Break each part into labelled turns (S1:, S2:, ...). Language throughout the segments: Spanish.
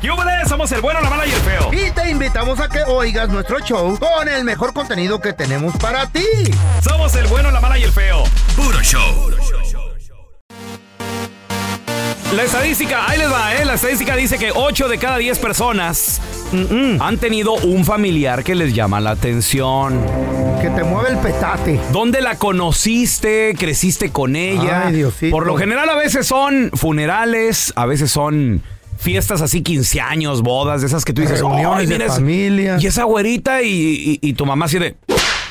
S1: ¡Yúbales! Somos el bueno, la mala y el feo.
S2: Y te invitamos a que oigas nuestro show con el mejor contenido que tenemos para ti.
S1: Somos el bueno, la mala y el feo. Puro show. La estadística, ahí les va, ¿eh? La estadística dice que 8 de cada 10 personas mm, mm, han tenido un familiar que les llama la atención.
S2: Que te mueve el petate.
S1: ¿Dónde la conociste? ¿Creciste con ella?
S2: Ay, Diosito.
S1: Por lo general a veces son funerales, a veces son fiestas así, 15 años, bodas, de esas que tú dices,
S2: Reuniones
S1: "Ay,
S2: de
S1: mira, es-
S2: familia".
S1: Y esa güerita y, y- y tu mamá así de...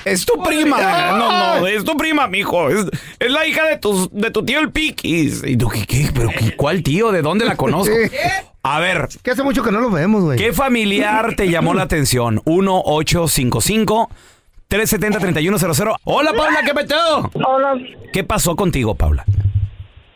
S1: Es tu prima. No, no, es tu prima, mijo. Es, es la hija de tu, de tu tío el Piquis. Y tú, ¿qué, qué? ¿Pero qué- cuál tío? ¿De dónde la conozco?
S2: Sí.
S1: A ver,
S2: Que hace mucho que no lo vemos, güey.
S1: ¿qué familiar te llamó la atención? 1855 370 3100 Hola, Paula, ¿qué peteo?
S3: Hola,
S1: ¿Qué pasó contigo, Paula?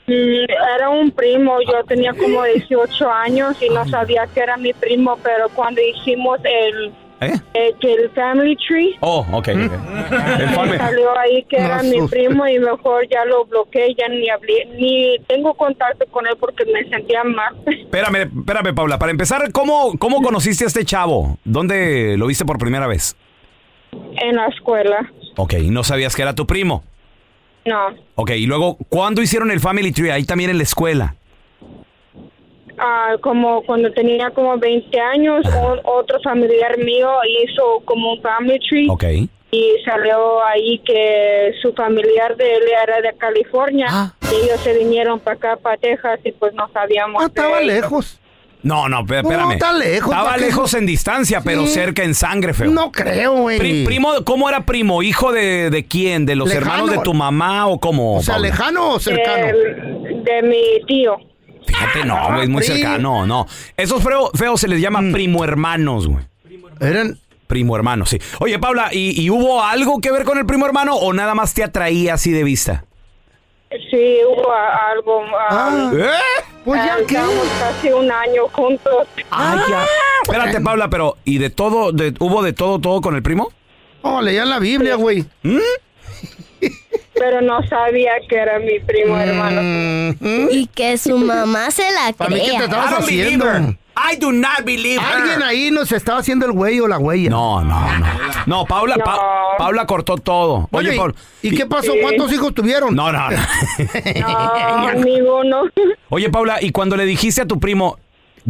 S3: Mm, era un primo, yo tenía como 18 años y no sabía que era mi primo, pero cuando hicimos el,
S1: ¿Eh?
S3: eh, que el family tree,
S1: Oh, ok. ok. El
S3: me
S1: fame-
S3: salió ahí que
S2: No
S3: era mi
S2: asustes.
S3: primo y mejor ya lo bloqueé, ya ni hablé, ni tengo contacto con él porque me sentía mal.
S1: Espérame, espérame, Paula. Para empezar, ¿cómo, ¿cómo conociste a este chavo? ¿Dónde lo viste por primera vez?
S3: en la escuela.
S1: Ok, y no sabías que era tu primo.
S3: No,
S1: Ok, y luego, ¿cuándo hicieron el Family Tree? Ahí también en la escuela.
S3: Ah, como cuando tenía como 20 años, un- otro familiar mío hizo como un family tree.
S1: Ok.
S3: y salió ahí que su familiar de él era de California
S1: Ah.
S3: y ellos se vinieron para acá, para Texas y pues no sabíamos.
S2: Ah,
S3: de
S2: estaba
S3: ellos.
S2: lejos.
S1: No, no, pe-
S2: No,
S1: espérame.
S2: está lejos,
S1: Estaba
S2: ¿para qué?
S1: lejos en distancia, pero
S2: Sí.
S1: cerca en sangre, feo.
S2: No creo, güey.
S1: Pri- primo, ¿cómo era primo? ¿Hijo de, de quién? ¿De los
S2: Lejano.
S1: hermanos de tu mamá o cómo?
S2: O sea,
S1: Paula?
S2: lejano o cercano.
S3: De, de mi tío.
S1: Fíjate, no, güey, es muy
S2: Pri-
S1: cercano, no. Esos feo- feos se les llama primo hermanos, güey.
S2: Mm. Eran.
S1: Primo hermano, sí. Oye, Paula, ¿y, y hubo algo que ver con el primo hermano o nada más te atraía así de vista?
S3: Sí, hubo a- algo.
S2: Ah,
S3: ah,
S1: ¿Eh?
S2: Pues
S3: ah,
S2: ya qué.
S3: Estábamos casi un año juntos.
S1: Ay, ya. Espérate, Paula, pero ¿y de todo, de- hubo de todo, todo con el primo? ¿Mm?
S2: Oh, leían la Biblia, güey.
S3: Pero no sabía que era mi primo hermano.
S1: Mm-hmm.
S2: Mm, mm.
S4: Y que su mamá se la
S2: Para mí que te
S4: crea.
S2: estabas haciendo.
S1: I do not believe her.
S2: Alguien ahí nos estaba haciendo el güey o la huella.
S1: No, no, no. No, Paula, Pa-
S3: No.
S1: Paula cortó todo. Oye,
S2: Oye,
S1: Paula.
S2: ¿y, qué pasó? ¿Cuántos hijos tuvieron?
S1: No, no, no.
S3: No, ninguno.
S1: Oye, Paula, ¿y cuando le dijiste a tu primo,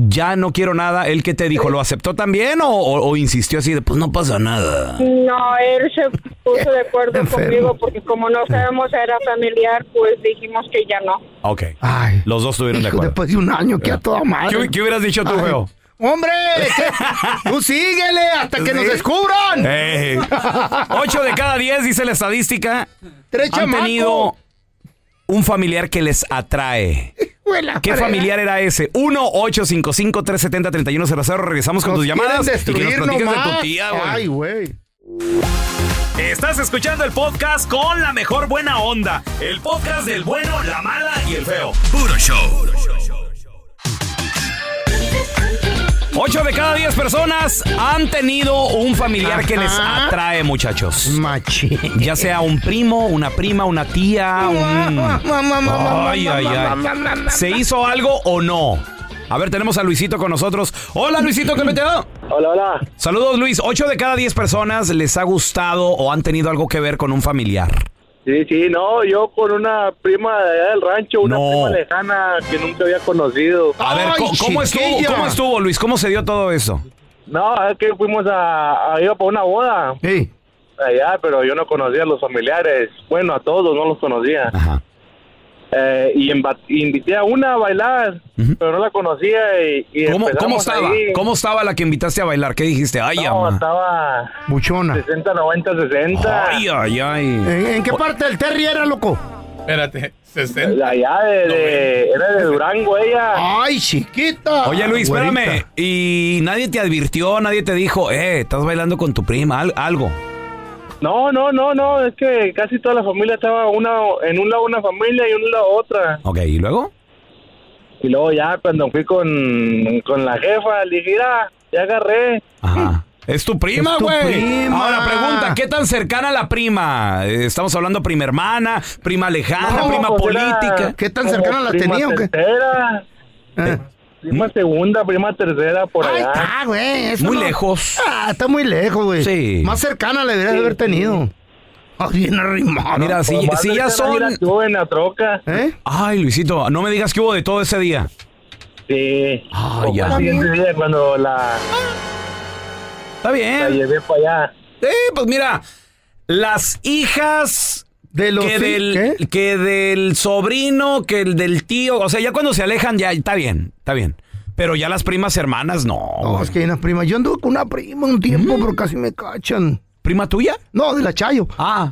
S1: ya no quiero nada, él qué te dijo? ¿Lo aceptó también o, o- o insistió así de, pues no pasa nada?
S3: No, él se puso de acuerdo
S2: Enfermo.
S3: conmigo porque como no sabemos era familiar, pues dijimos que ya no.
S1: Ok.
S2: Ay.
S1: Los dos estuvieron de
S2: hijo,
S1: acuerdo.
S2: Después de un año, que a toda
S1: ¿Qué,
S2: madre.
S1: hu- qué hubieras dicho tú,
S2: Ay,
S1: feo?
S2: Hombre, ¿qué? tú síguele hasta que nos descubran.
S1: Ey. Eh. Ocho de cada diez, dice la estadística,
S2: Tres
S1: han
S2: chamacos.
S1: tenido un familiar que les atrae.
S2: Huela,
S1: ¿Qué
S2: frega.
S1: familiar era ese? 1-855-370-3100. Regresamos con
S2: Nos
S1: tus llamadas.
S2: quieren
S1: Y que
S2: destruir
S1: nos platiques de
S2: nomás.
S1: tu tía,
S2: Ay,
S1: güey.
S2: güey.
S1: Estás escuchando el podcast con la mejor buena onda. El podcast del bueno, la mala y el feo. Puro show. Ocho de cada diez personas han tenido un familiar que les atrae, muchachos. Ya sea un primo, una prima, una tía, un... Ay, ay, ay. ¿Se hizo algo o no? A ver, tenemos a Luisito con nosotros. Hola, Luisito, ¿qué me te da?
S5: Hola, hola.
S1: Saludos, Luis. Ocho de cada diez personas les ha gustado o han tenido algo que ver con un familiar.
S5: Sí, sí, no, yo con una prima de allá del rancho, una
S1: No.
S5: prima lejana que nunca había conocido.
S1: A ver, ¿cómo, cómo estuvo? ¿Cómo estuvo, Luis? ¿Cómo se dio todo eso?
S5: No, es que fuimos a, a ir para una boda.
S2: Sí.
S5: Allá, pero yo no conocía a los familiares. Bueno, a todos no los conocía. Eh, y inva- invité a una a bailar, pero no la conocía y, y
S1: ¿Cómo,
S5: empezamos
S1: cómo estaba?
S5: ahí.
S1: ¿Cómo estaba la que invitaste a bailar? ¿Qué dijiste? Ay,
S5: No,
S1: ama.
S5: estaba
S2: Buchona.
S5: 60, 90, 60.
S1: Ay, ay, ay.
S2: ¿En, en qué parte del Terry era, loco?
S6: Espérate,
S5: De
S6: 60.
S5: allá, de, de- era de Durango ella.
S2: Ay, chiquita.
S1: Oye, Luis,
S2: Ah, Güerita.
S1: espérame. Y nadie te advirtió, nadie te dijo, eh, estás bailando con tu prima, al- algo.
S5: No, no, no, no, es que casi toda la familia estaba una en un lado una familia y en un lado otra.
S1: Ok, ¿y luego?
S5: Y luego ya cuando pues, fui con, con la jefa, le dije, mira, ya agarré.
S1: Ajá. Es tu prima,
S5: Es tu
S1: güey.
S5: prima.
S1: Ahora pregunta, ¿qué tan cercana a la prima? Eh, Estamos hablando prima hermana, prima lejana, prima
S5: pues era
S1: política.
S2: ¿Qué tan
S5: como
S2: cercana la
S5: prima
S2: tenía o qué? Ah.
S5: Tercera, prima segunda, prima tercera, por
S2: Ahí
S5: allá.
S2: está, Ah, güey. eso
S1: Muy
S2: no-
S1: lejos.
S2: Ah, está muy lejos, güey.
S1: Sí.
S2: Más cercana le deberías haber tenido. Ay, bien arrimado.
S1: Mira, si,
S5: Nomás
S1: si
S5: de
S1: ya
S5: esa
S1: son...
S5: la tuve en la troca.
S2: ¿Eh?
S1: Ay, Luisito, no me digas que hubo de todo ese día.
S5: Sí.
S1: Ah,
S5: Como
S1: ya.
S5: al siguiente día eh, cuando la,
S1: Está
S5: la
S1: bien.
S5: llevé para allá.
S1: Eh, pues mira, las hijas
S2: De los
S1: que,
S2: sí-
S1: del,
S2: ¿qué?
S1: que del sobrino, que el del tío, o sea, ya cuando se alejan, ya está bien, está bien. Pero ya las primas hermanas, no.
S2: No, es que hay unas primas. Yo anduve con una prima un tiempo, pero casi me cachan.
S1: Mm. ¿Prima tuya?
S2: No, de la Chayo.
S1: Ah.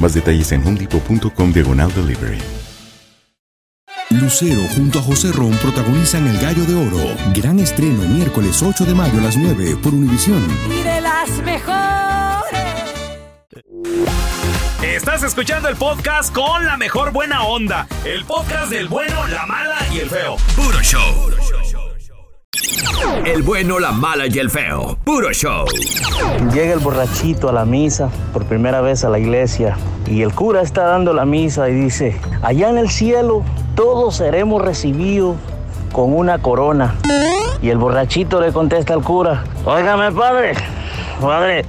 S7: Más detalles en homedepot.com diagonal delivery.
S8: Lucero junto a José Ron protagonizan El Gallo de Oro. Gran estreno miércoles 8 de mayo a las 9 por Univisión.
S9: Y de las mejores.
S1: Estás escuchando el podcast con la mejor buena onda. El podcast del bueno, la mala y el feo.
S10: Puro show. El bueno, la mala y el feo. Puro show.
S11: Llega el borrachito a la misa por primera vez a la iglesia y el cura está dando la misa y dice, allá en el cielo todos seremos recibidos con una corona. Y el borrachito le contesta al cura, óigame padre, padre,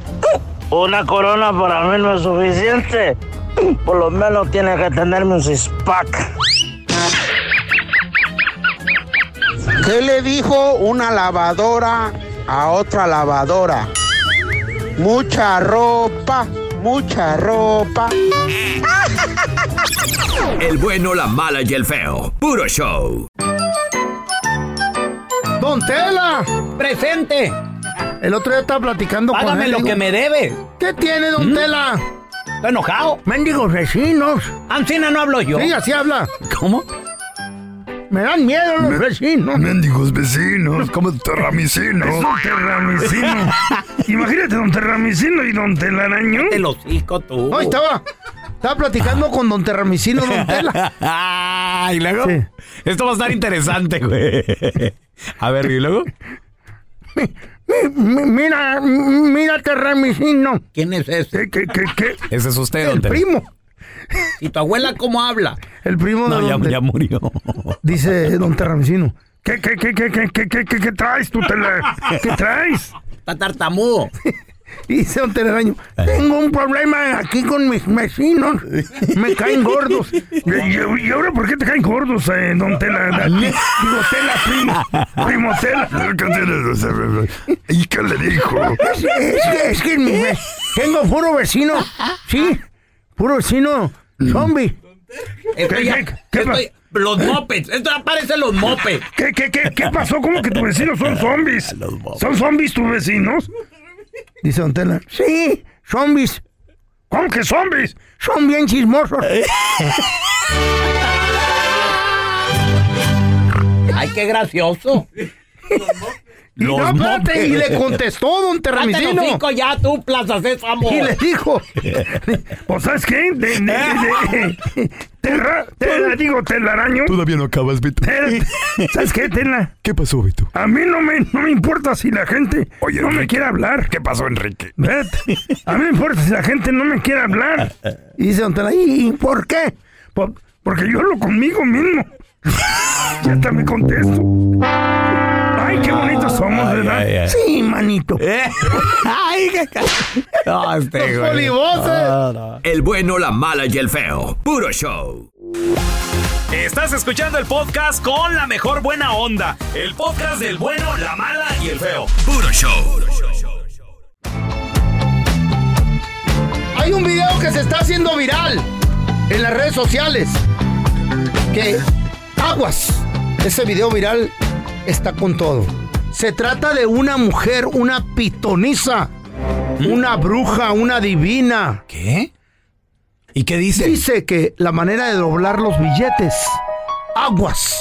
S11: una corona para mí no es suficiente. Por lo menos tiene que tenerme un six-pack.
S12: ¿Qué le dijo una lavadora a otra lavadora? Mucha ropa, mucha ropa.
S10: El bueno, la mala y el feo. Puro show.
S2: ¡Don Tela!
S1: ¡Presente!
S2: El otro día estaba platicando con
S1: Págame
S2: él.
S1: lo que me debe. ¿Mm?
S2: ¿Qué tiene, don Tela?
S1: Está enojado.
S2: Mendigos vecinos.
S1: Ancina no hablo yo.
S2: Sí, así habla.
S1: ¿Cómo?
S2: Me dan miedo los vecinos.
S13: Mendigos vecinos, como terramicino. Es un terramicino. Imagínate, don terramicino y don telaraño.
S1: Te lo cico tú.
S2: No, estaba, estaba platicando con don Terramicino, don Tela.
S1: Ah, y luego. Esto va a estar interesante, güey. A ver, ¿y luego?
S2: Mi- mi- Mira, mira Terramicino.
S1: ¿Quién es ese?
S13: ¿Qué, qué, qué?
S1: Ese es usted,
S2: El
S1: don Tela.
S2: primo.
S1: ¿Y tu abuela cómo habla?
S2: El primo de
S1: No,
S2: don
S1: ya,
S2: Tela.
S1: ya murió.
S2: Dice don Terramicino.
S13: ¿Qué, qué, qué, qué, qué, qué, qué, qué, qué traes tú, tele? ¿Qué traes? Está tartamudo. Dice un telaraño, tengo un problema aquí con mis vecinos, me caen gordos. ¿Y, y- y ahora por qué te caen gordos, eh, don Tela? Digo, Tela, primo, primo Tela.
S6: ¿Y qué le dijo?
S13: Es, es que, es que mi ve- tengo puro vecino, sí, puro vecino zombie.
S6: Estoy ya- estoy- los mopeds.
S13: Esto aparecen los mopeds. ¿Qué, qué, qué, ¿Qué pasó? ¿Cómo que tus vecinos son zombies? ¿Son zombies tus vecinos? Dice Don Tela. Sí, zombies. ¿Cómo que zombies? Son bien chismosos.
S6: Ay, qué gracioso.
S2: Y
S6: Los
S2: no, espérate,
S6: mopeds.
S2: y le contestó don
S6: Cállate el
S2: Terramicino.
S6: hocico ya tú, Plaza Sésamo.
S2: Y le dijo,
S13: ¿O Pues, sabes qué? De, de- de- de- terra- tela, digo, telaraño.
S6: Todavía no acabas, Beto.
S13: Tel- ¿Sabes qué, Tela? ¿Qué pasó, Beto? A mí no me, no me importa si la gente
S6: Oye,
S13: no me
S6: Enrique,
S13: quiere hablar.
S6: ¿Qué pasó, Enrique?
S13: Bet, a mí me importa si la gente no me quiere hablar. Y dice Don Tela, ¿y por qué? "Po- porque yo hablo conmigo mismo. ya hasta me contesto. Ay, qué bonitos somos, ¿verdad?
S6: ay. Eh.
S13: Sí, manito.
S6: Ay, qué No, este
S13: Los güey. polivoces. No,
S10: El bueno, la mala y el feo. Puro show.
S1: Estás escuchando el podcast con la mejor buena onda. El podcast del bueno, la mala y el feo.
S10: Puro show.
S2: hay un video que se está haciendo viral en las redes sociales. Que aguas, ese video viral está con todo. Se trata de una mujer, una pitonisa, una bruja, una divina. ¿Qué?
S1: ¿Y qué dice?
S2: Dice que la manera de doblar los billetes, aguas.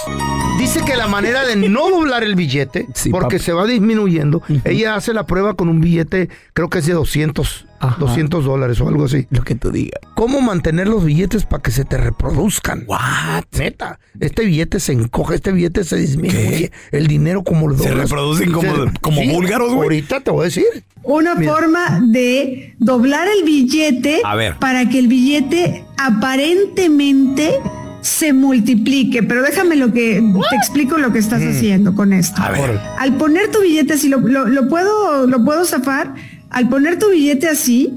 S2: Dice que la manera de no doblar el billete, porque se va disminuyendo, ella hace la prueba con un billete, creo que es de 200, 200 dólares o algo así. Lo que tú digas. ¿Cómo mantener los billetes para que se te reproduzcan? What? Neta, este billete se encoge, este billete se disminuye, el dinero como lo
S6: Se
S2: doblas.
S6: reproducen como- como búlgaros, güey.
S2: Ahorita te voy a decir.
S14: Una
S2: Mira.
S14: forma de doblar el billete
S2: A ver.
S14: para que el billete aparentemente se multiplique. Pero déjame lo que te explico lo que estás
S2: Mm.
S14: haciendo con esto. Al poner tu billete así, lo, lo- lo puedo, lo puedo zafar. Al poner tu billete así,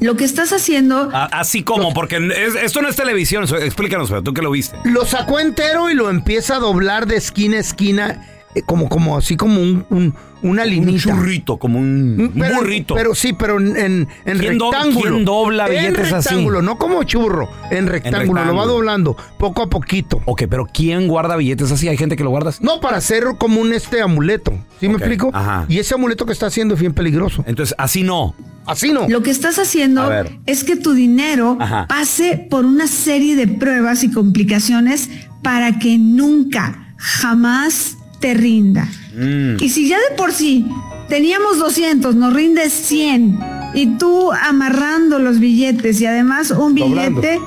S14: lo que estás haciendo
S1: A- Así como, porque es- esto no es televisión. so- Explícanos, feo, tú que lo viste.
S2: Lo sacó entero y lo empieza a doblar de esquina a esquina, eh, como, como así como un, un- una linita. Un churrito, como un, burrito. Pero sí, pero en, en, en
S1: ¿Quién do-
S2: rectángulo.
S1: quién dobla billetes
S2: En
S1: así?
S2: rectángulo, no como churro, en rectángulo, lo va
S1: rectángulo.
S2: doblando poco a poquito.
S1: Ok, pero ¿quién guarda billetes así? ¿Hay gente que lo guarda así?
S2: No, para hacer como un este amuleto, ¿sí me
S1: Ok,
S2: explico?
S1: ajá.
S2: Y ese amuleto que está haciendo es bien peligroso.
S1: Entonces, así no.
S2: Así no.
S14: Lo que estás haciendo
S1: A ver.
S14: es que tu dinero
S1: Ajá.
S14: pase por una serie de pruebas y complicaciones para que nunca, jamás te rinda.
S13: Mm.
S14: Y si ya de por sí teníamos 200, nos rindes 100 y tú amarrando los billetes y además un
S2: Doblando.
S14: billete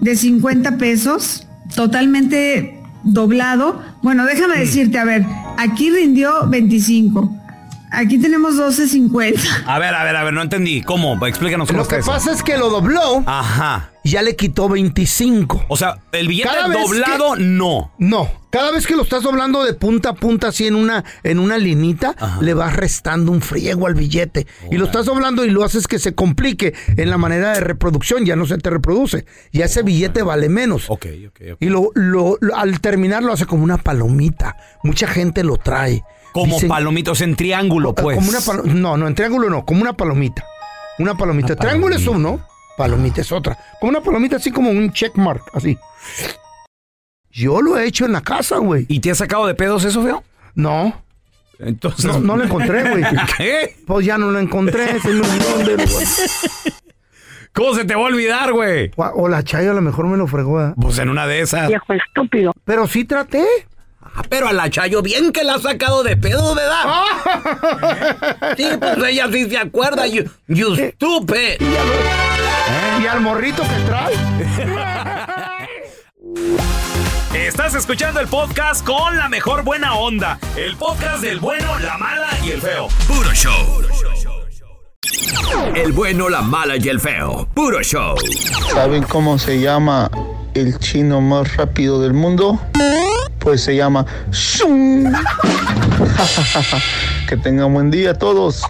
S14: de 50 pesos totalmente doblado, bueno, déjame decirte, a ver, aquí rindió 25. Aquí tenemos 12.50.
S1: A ver, a ver, a ver, no entendí. ¿Cómo? Explícanos cómo
S2: Lo que
S1: está eso.
S2: pasa es que lo dobló
S1: Ajá.
S2: y ya le quitó 25.
S1: O sea, el billete
S2: Cada vez
S1: doblado,
S2: que-
S1: no.
S2: No, cada vez que lo estás doblando de punta a punta así en una en una linita, le vas restando un friego al billete y lo estás doblando y lo haces que se complique en la manera de reproducción, ya no se te reproduce, ya ese billete vale menos. Y lo, lo- lo- al terminar lo hace como una palomita. Mucha gente lo trae.
S1: Como
S2: Dicen-
S1: palomitos en triángulo,
S2: Ah,
S1: pues.
S2: Como una palo- no, no, en triángulo no, como una palomita. Una palomita. triángulo es uno, palomita es otra. Como una palomita así como un checkmark, así. Yo lo he hecho en la casa, güey.
S1: ¿Y te has sacado de pedos eso, feo?
S2: No.
S1: Entonces.
S2: No, no lo encontré, güey.
S1: ¿Qué?
S2: Pues ya no lo encontré, se me olvidó dónde lo-
S1: ¿Cómo se te va a olvidar, güey?
S2: O, o la Chayo a lo mejor me lo fregó. ¿eh?
S1: Pues en una de esas.
S2: estúpido. Pero sí traté.
S6: Ah, Pero a la Chayo, bien que la ha sacado de pedo, ¿verdad? sí, pues ella sí se acuerda. You, you stupid.
S2: Y al morrito que trae.
S1: Estás escuchando el podcast con la mejor buena onda. El podcast del bueno, la mala y el feo.
S10: Puro show. El bueno, la mala y el feo. Puro show.
S15: ¿Saben cómo se llama el chino más rápido del mundo? pues se llama Shum. que tengan buen día a todos.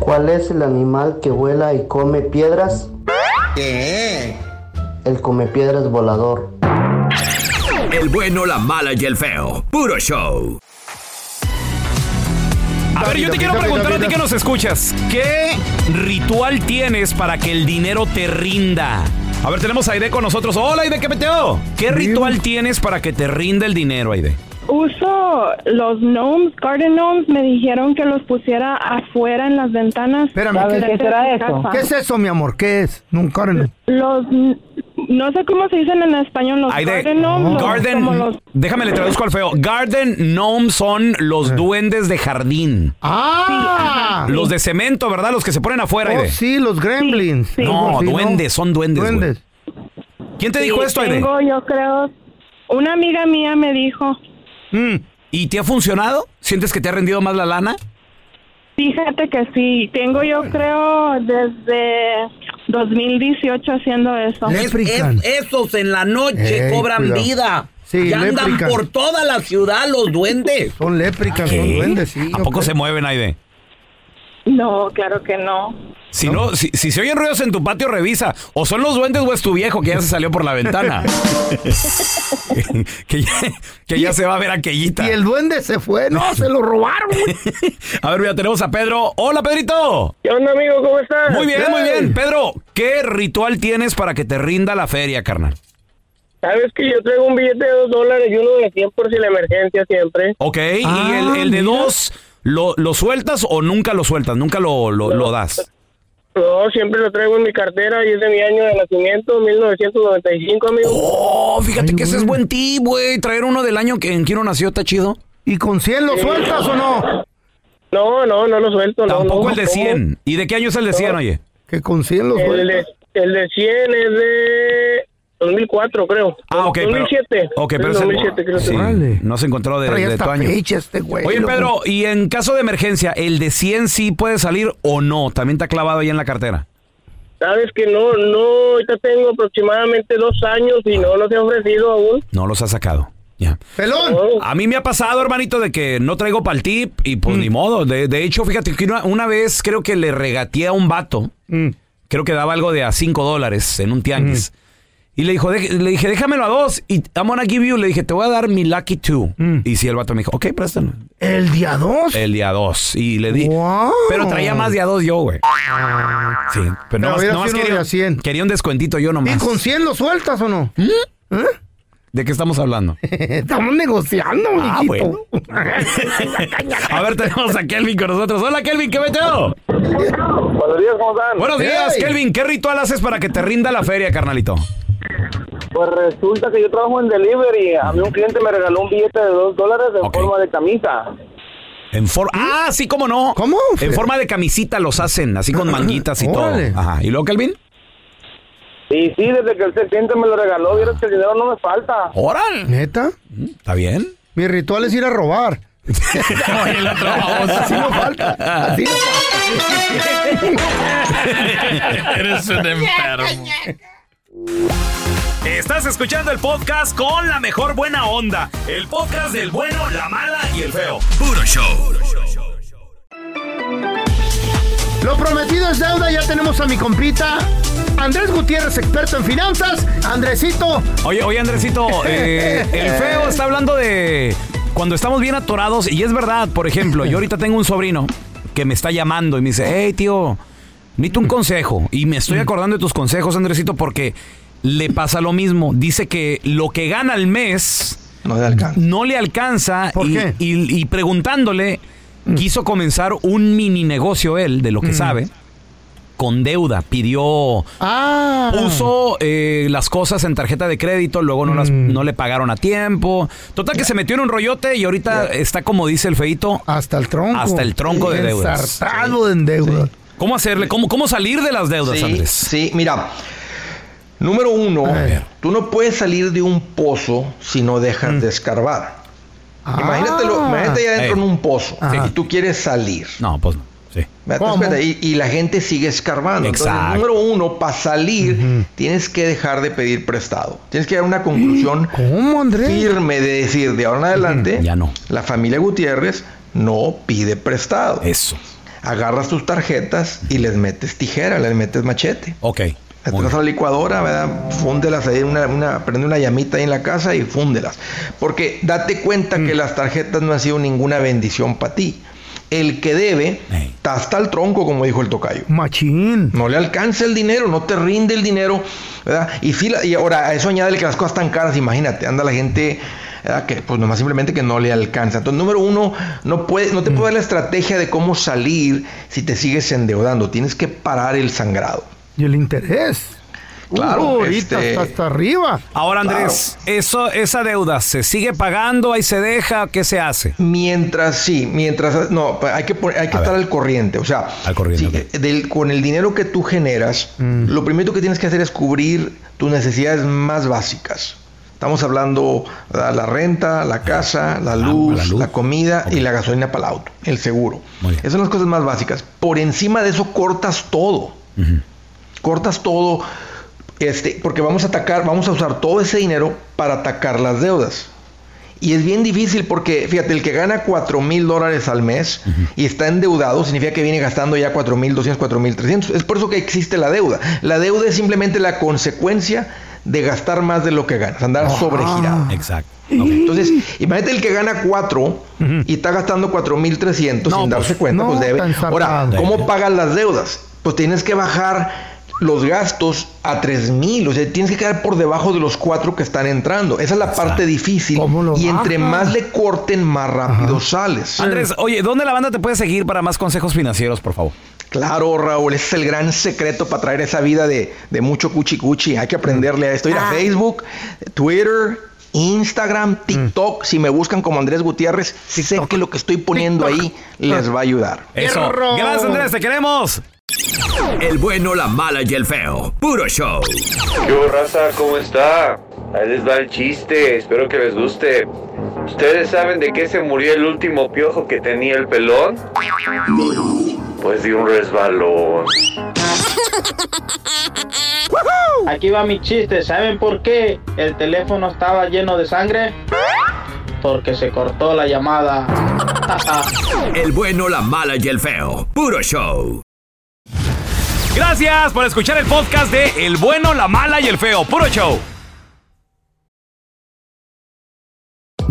S16: ¿Cuál es el animal que vuela y come piedras? ¿Qué? El come piedras volador.
S10: El bueno, la mala y el feo. Puro show.
S1: A ver, yo te quiero preguntar a ti que nos escuchas. ¿Qué ritual tienes para que el dinero te rinda? A ver, tenemos a Aide con nosotros. Hola, Aide, ¿qué peteo? ¿Qué ritual tienes para que te rinda el dinero, Aide?
S17: Uso los gnomes, garden gnomes, me dijeron que los pusiera afuera en las ventanas.
S2: Espérame, ¿qué, ¿Qué es eso, mi amor? ¿Qué es? Nunca no.
S17: Los, no sé cómo se dicen en español, los
S1: Aide,
S17: garden gnomes. los-
S1: garden,
S17: como los-
S1: déjame le traduzco al feo. Garden gnomes son los duendes de jardín.
S2: Eh. ¡Ah!
S1: Los de cemento, ¿verdad? Los que se ponen afuera,
S2: Oh,
S1: Aide.
S2: sí, los gremlins.
S1: No,
S2: Sí,
S1: duendes, son duendes, güey. ¿Quién te
S17: Sí,
S1: dijo esto, Aide?
S17: Tengo, yo creo, una amiga mía me dijo,
S2: Mm.
S1: ¿Y te ha funcionado? ¿Sientes que te ha rendido más la lana?
S17: fíjate que sí, tengo yo creo desde 2018 haciendo eso.
S6: Es- es- esos en la noche
S17: Ey,
S6: cobran
S17: cuidado.
S6: vida.
S17: Sí,
S6: y andan
S17: leprecan.
S6: por toda la ciudad los duendes.
S2: Son lépricas,
S1: ¿Qué?
S2: son duendes, sí.
S1: ¿A poco se mueven, Aide?
S17: No, claro que no.
S1: Si no, si, si se oyen ruidos en tu patio, revisa. O son los duendes o es tu viejo que ya se salió por la ventana. que, ya, que ya se va a ver aquellita.
S2: Y el duende se fue. No, se lo robaron.
S1: A ver, mira, tenemos a Pedro. Hola, Pedrito.
S18: ¿Qué onda, amigo? ¿Cómo estás?
S1: Muy bien, muy
S18: Hey.
S1: bien. Pedro, ¿qué ritual tienes para que te rinda la feria, carnal?
S18: Sabes que yo traigo un billete de dos dólares y uno de 100 por si la emergencia siempre.
S1: Ok, y
S2: Ah,
S1: el, el de dos, ¿lo, lo sueltas o nunca lo sueltas? ¿Nunca lo, lo- lo das?
S18: No, siempre lo traigo en mi cartera y es de mi año de nacimiento, 1995, amigo.
S1: Oh, fíjate que ese es buen ti, güey. Traer uno del año que en que uno nació está chido.
S2: ¿Y con 100 lo sueltas o no?
S18: No, no, no lo suelto. no,
S1: Tampoco
S18: no,
S1: el de
S18: no.
S1: 100. ¿Y de qué año es el de 100, oye?
S2: Que con 100 lo
S18: El
S2: sueltas.
S18: de, el de 100 es de 2004, creo.
S1: Ah, ok.
S18: 2007.
S1: Pero, ok, pero
S18: Es
S1: es el-
S18: 2007, creo. que
S1: sí,
S18: fue.
S1: No se encontró de,
S18: Trae
S1: de
S18: hasta
S1: tu año.
S18: fecha este güey,
S1: Oye,
S18: loco.
S1: Pedro, y en caso de emergencia, ¿el de 100 sí puede salir o no? También está clavado ahí en la cartera.
S18: Sabes que no, no, ahorita tengo aproximadamente dos años y no los he ofrecido aún.
S1: No los ha sacado. Ya.
S2: ¡Pelón!
S1: A mí me ha pasado, hermanito, de que no traigo pal tip y
S2: Mm.
S1: pues ni modo. De, de hecho, fíjate que una, una vez creo que le regateé a un vato.
S2: Mm.
S1: Creo que daba algo de a 5 dólares en un tianguis.
S2: Mm.
S1: Y le, dijo, "Dej- le dije, déjamelo a dos. Y I'm gonna give you. Le dije, te voy a dar mi lucky two.
S2: Mm.
S1: Y si el vato me dijo, ok, préstalo.
S2: ¿El día 2?
S1: El día 2. Y le di.
S2: Wow.
S1: Pero traía más de a 2 yo, güey. Sí, pero
S2: Pero
S1: no más,
S2: hubiera sido uno de
S1: quería,
S2: a 100.
S1: quería un descuentito yo
S2: ¿Y
S1: nomás.
S2: con 100 lo sueltas o no?
S6: ¿Mm?
S2: ¿Eh?
S1: ¿De qué estamos hablando?
S2: Estamos negociando,
S1: Ah,
S2: mijito.
S1: bueno. A ver, tenemos a Kelvin con nosotros. Hola, Kelvin, ¿qué meteo?
S19: Buenos días, ¿cómo están?
S1: Buenos días,
S19: Hey.
S1: Kelvin. ¿Qué ritual haces para que te rinda la feria, carnalito?
S19: Pues resulta que yo trabajo en delivery. A mí un cliente me regaló un billete de dos dólares en forma de camisa.
S1: En forma.
S19: ¿Mm?
S1: Ah, sí, cómo no. ¿Cómo? En forma de camisita los hacen, así con manguitas y todo.
S19: Órale.
S1: Ajá. ¿Y luego, Kelvin?
S19: Y sí, desde que el cliente me lo regaló, vieron que el dinero no me falta.
S1: ¡Oral!
S2: ¿Neta?
S1: Mm, ¿Está bien?
S2: Mi ritual es ir a robar. Así no falta. Así no
S1: Eres un enfermo. Estás escuchando el podcast con la mejor buena onda. El podcast del bueno, la mala y el feo. Puro show.
S2: Lo prometido es deuda, ya tenemos a mi compita Andrés Gutiérrez, experto en finanzas. Andresito.
S1: Oye, oye, Andresito, eh, el feo está hablando de cuando estamos bien atorados, y es verdad, por ejemplo, yo ahorita tengo un sobrino que me está llamando y me dice, hey, tío, necesito un consejo. Y me estoy acordando de tus consejos, Andresito, porque le pasa lo mismo. Dice que lo que gana al mes no le alcanza. y, y- y preguntándole, quiso comenzar un mini negocio él, de lo que sabe con deuda, pidió,
S2: Ah.
S1: puso eh, las cosas en tarjeta de crédito, luego no, las,
S2: Mm.
S1: no le pagaron a tiempo. Total que se metió en un rollote y ahorita está como dice el feito.
S2: Hasta el Ah, tronco.
S1: Hasta el tronco de deudas.
S2: Ensartado en deuda.
S1: ¿Cómo hacerle? ¿Cómo, cómo salir de las deudas,
S20: sí,
S1: Andrés?
S20: Sí, mira. Número uno, tú no puedes salir de un pozo si no dejas de escarbar. Imagínatelo, imagínate ya dentro en un pozo y tú quieres salir.
S1: No, pues no.
S20: Me atasco
S1: ¿Cómo?
S20: de ahí Y, la gente sigue escarbando. Entonces,
S1: Exacto.
S20: número uno, para salir, tienes que dejar de pedir prestado. Tienes que llegar a una conclusión firme de decir, de ahora en adelante, ya no. la familia Gutiérrez no pide prestado. Eso. Agarras tus tarjetas y les metes tijera, les metes machete.
S1: Ok.
S20: Entras a la licuadora, ¿verdad? Fúndelas ahí, una, una- prende una llamita ahí en la casa y fúndelas. Porque date cuenta que las tarjetas no han sido ninguna bendición para ti. El que debe, hasta el tronco, como dijo el tocayo.
S2: Machín.
S20: No le alcanza el dinero, no te rinde el dinero, ¿verdad? Y, sí la- y ahora, a eso añádele que las cosas están caras, imagínate, anda la gente ¿verdad? que pues nomás simplemente que no le alcanza. Entonces, número uno, no, puede, no te puede dar la estrategia de cómo salir si te sigues endeudando. Tienes que parar el sangrado.
S2: Y el interés.
S20: Claro,
S2: Uh, ahorita
S20: este-
S2: está hasta arriba.
S1: Ahora, Andrés, eso, esa deuda, ¿se sigue pagando? ¿Ahí se deja? ¿Qué se hace?
S20: Mientras sí, mientras no, pa- hay que pon- hay que estar al corriente, o sea, sí, eh, del- con el dinero que tú generas,
S2: Mm.
S20: lo primero que tienes que hacer es cubrir tus necesidades más básicas. Estamos hablando de la renta, la casa,
S1: Ah,
S20: la luz, la, comida y la gasolina para el auto, el seguro. Esas son las cosas más básicas. Por encima de eso cortas todo. Cortas todo este, porque vamos a atacar, vamos a usar todo ese dinero para atacar las deudas. Y es bien difícil porque, fíjate, el que gana 4 mil dólares al mes y está endeudado, significa que viene gastando ya 4 mil 200, 4 mil 300. Es por eso que existe la deuda. La deuda es simplemente la consecuencia de gastar más de lo que ganas, andar sobregirado.
S1: Exacto.
S20: Entonces, imagínate el que gana 4 y está gastando 4 mil 300 sin darse cuenta,
S2: no,
S20: pues debe.
S2: tan
S20: Ahora,
S2: zarpado.
S20: ¿cómo pagas las deudas? Pues tienes que bajar los gastos a 3 mil, o sea, tienes que quedar por debajo de los 4 que están entrando. Esa es la parte difícil. Y entre
S1: bajas?
S20: más le corten, más rápido sales.
S1: Andrés, oye, ¿dónde la banda te puede seguir para más consejos financieros, por favor?
S20: Claro, Raúl, ese es el gran secreto para traer esa vida de, de mucho cuchi cuchi. Hay que aprenderle a esto. Ir a Facebook, Twitter, Instagram, TikTok. Si me buscan como Andrés Gutiérrez, si sé que lo que estoy poniendo ahí les va a ayudar.
S10: Eso.
S1: Gracias, Andrés, te queremos.
S10: El bueno, la mala y el feo. Puro show.
S21: Yo, raza, ¿cómo está? Ahí les va el chiste, espero que les guste. ¿Ustedes saben de qué se murió el último piojo que tenía el pelón? Pues de un resbalón.
S22: Aquí va mi chiste. ¿Saben por qué el teléfono estaba lleno de sangre? Porque se cortó la llamada.
S10: El bueno, la mala y el feo. Puro show.
S1: Gracias por escuchar el podcast de El bueno, la mala y el feo. Puro show.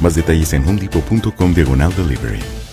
S7: Más detalles en homedepot.com diagonal delivery.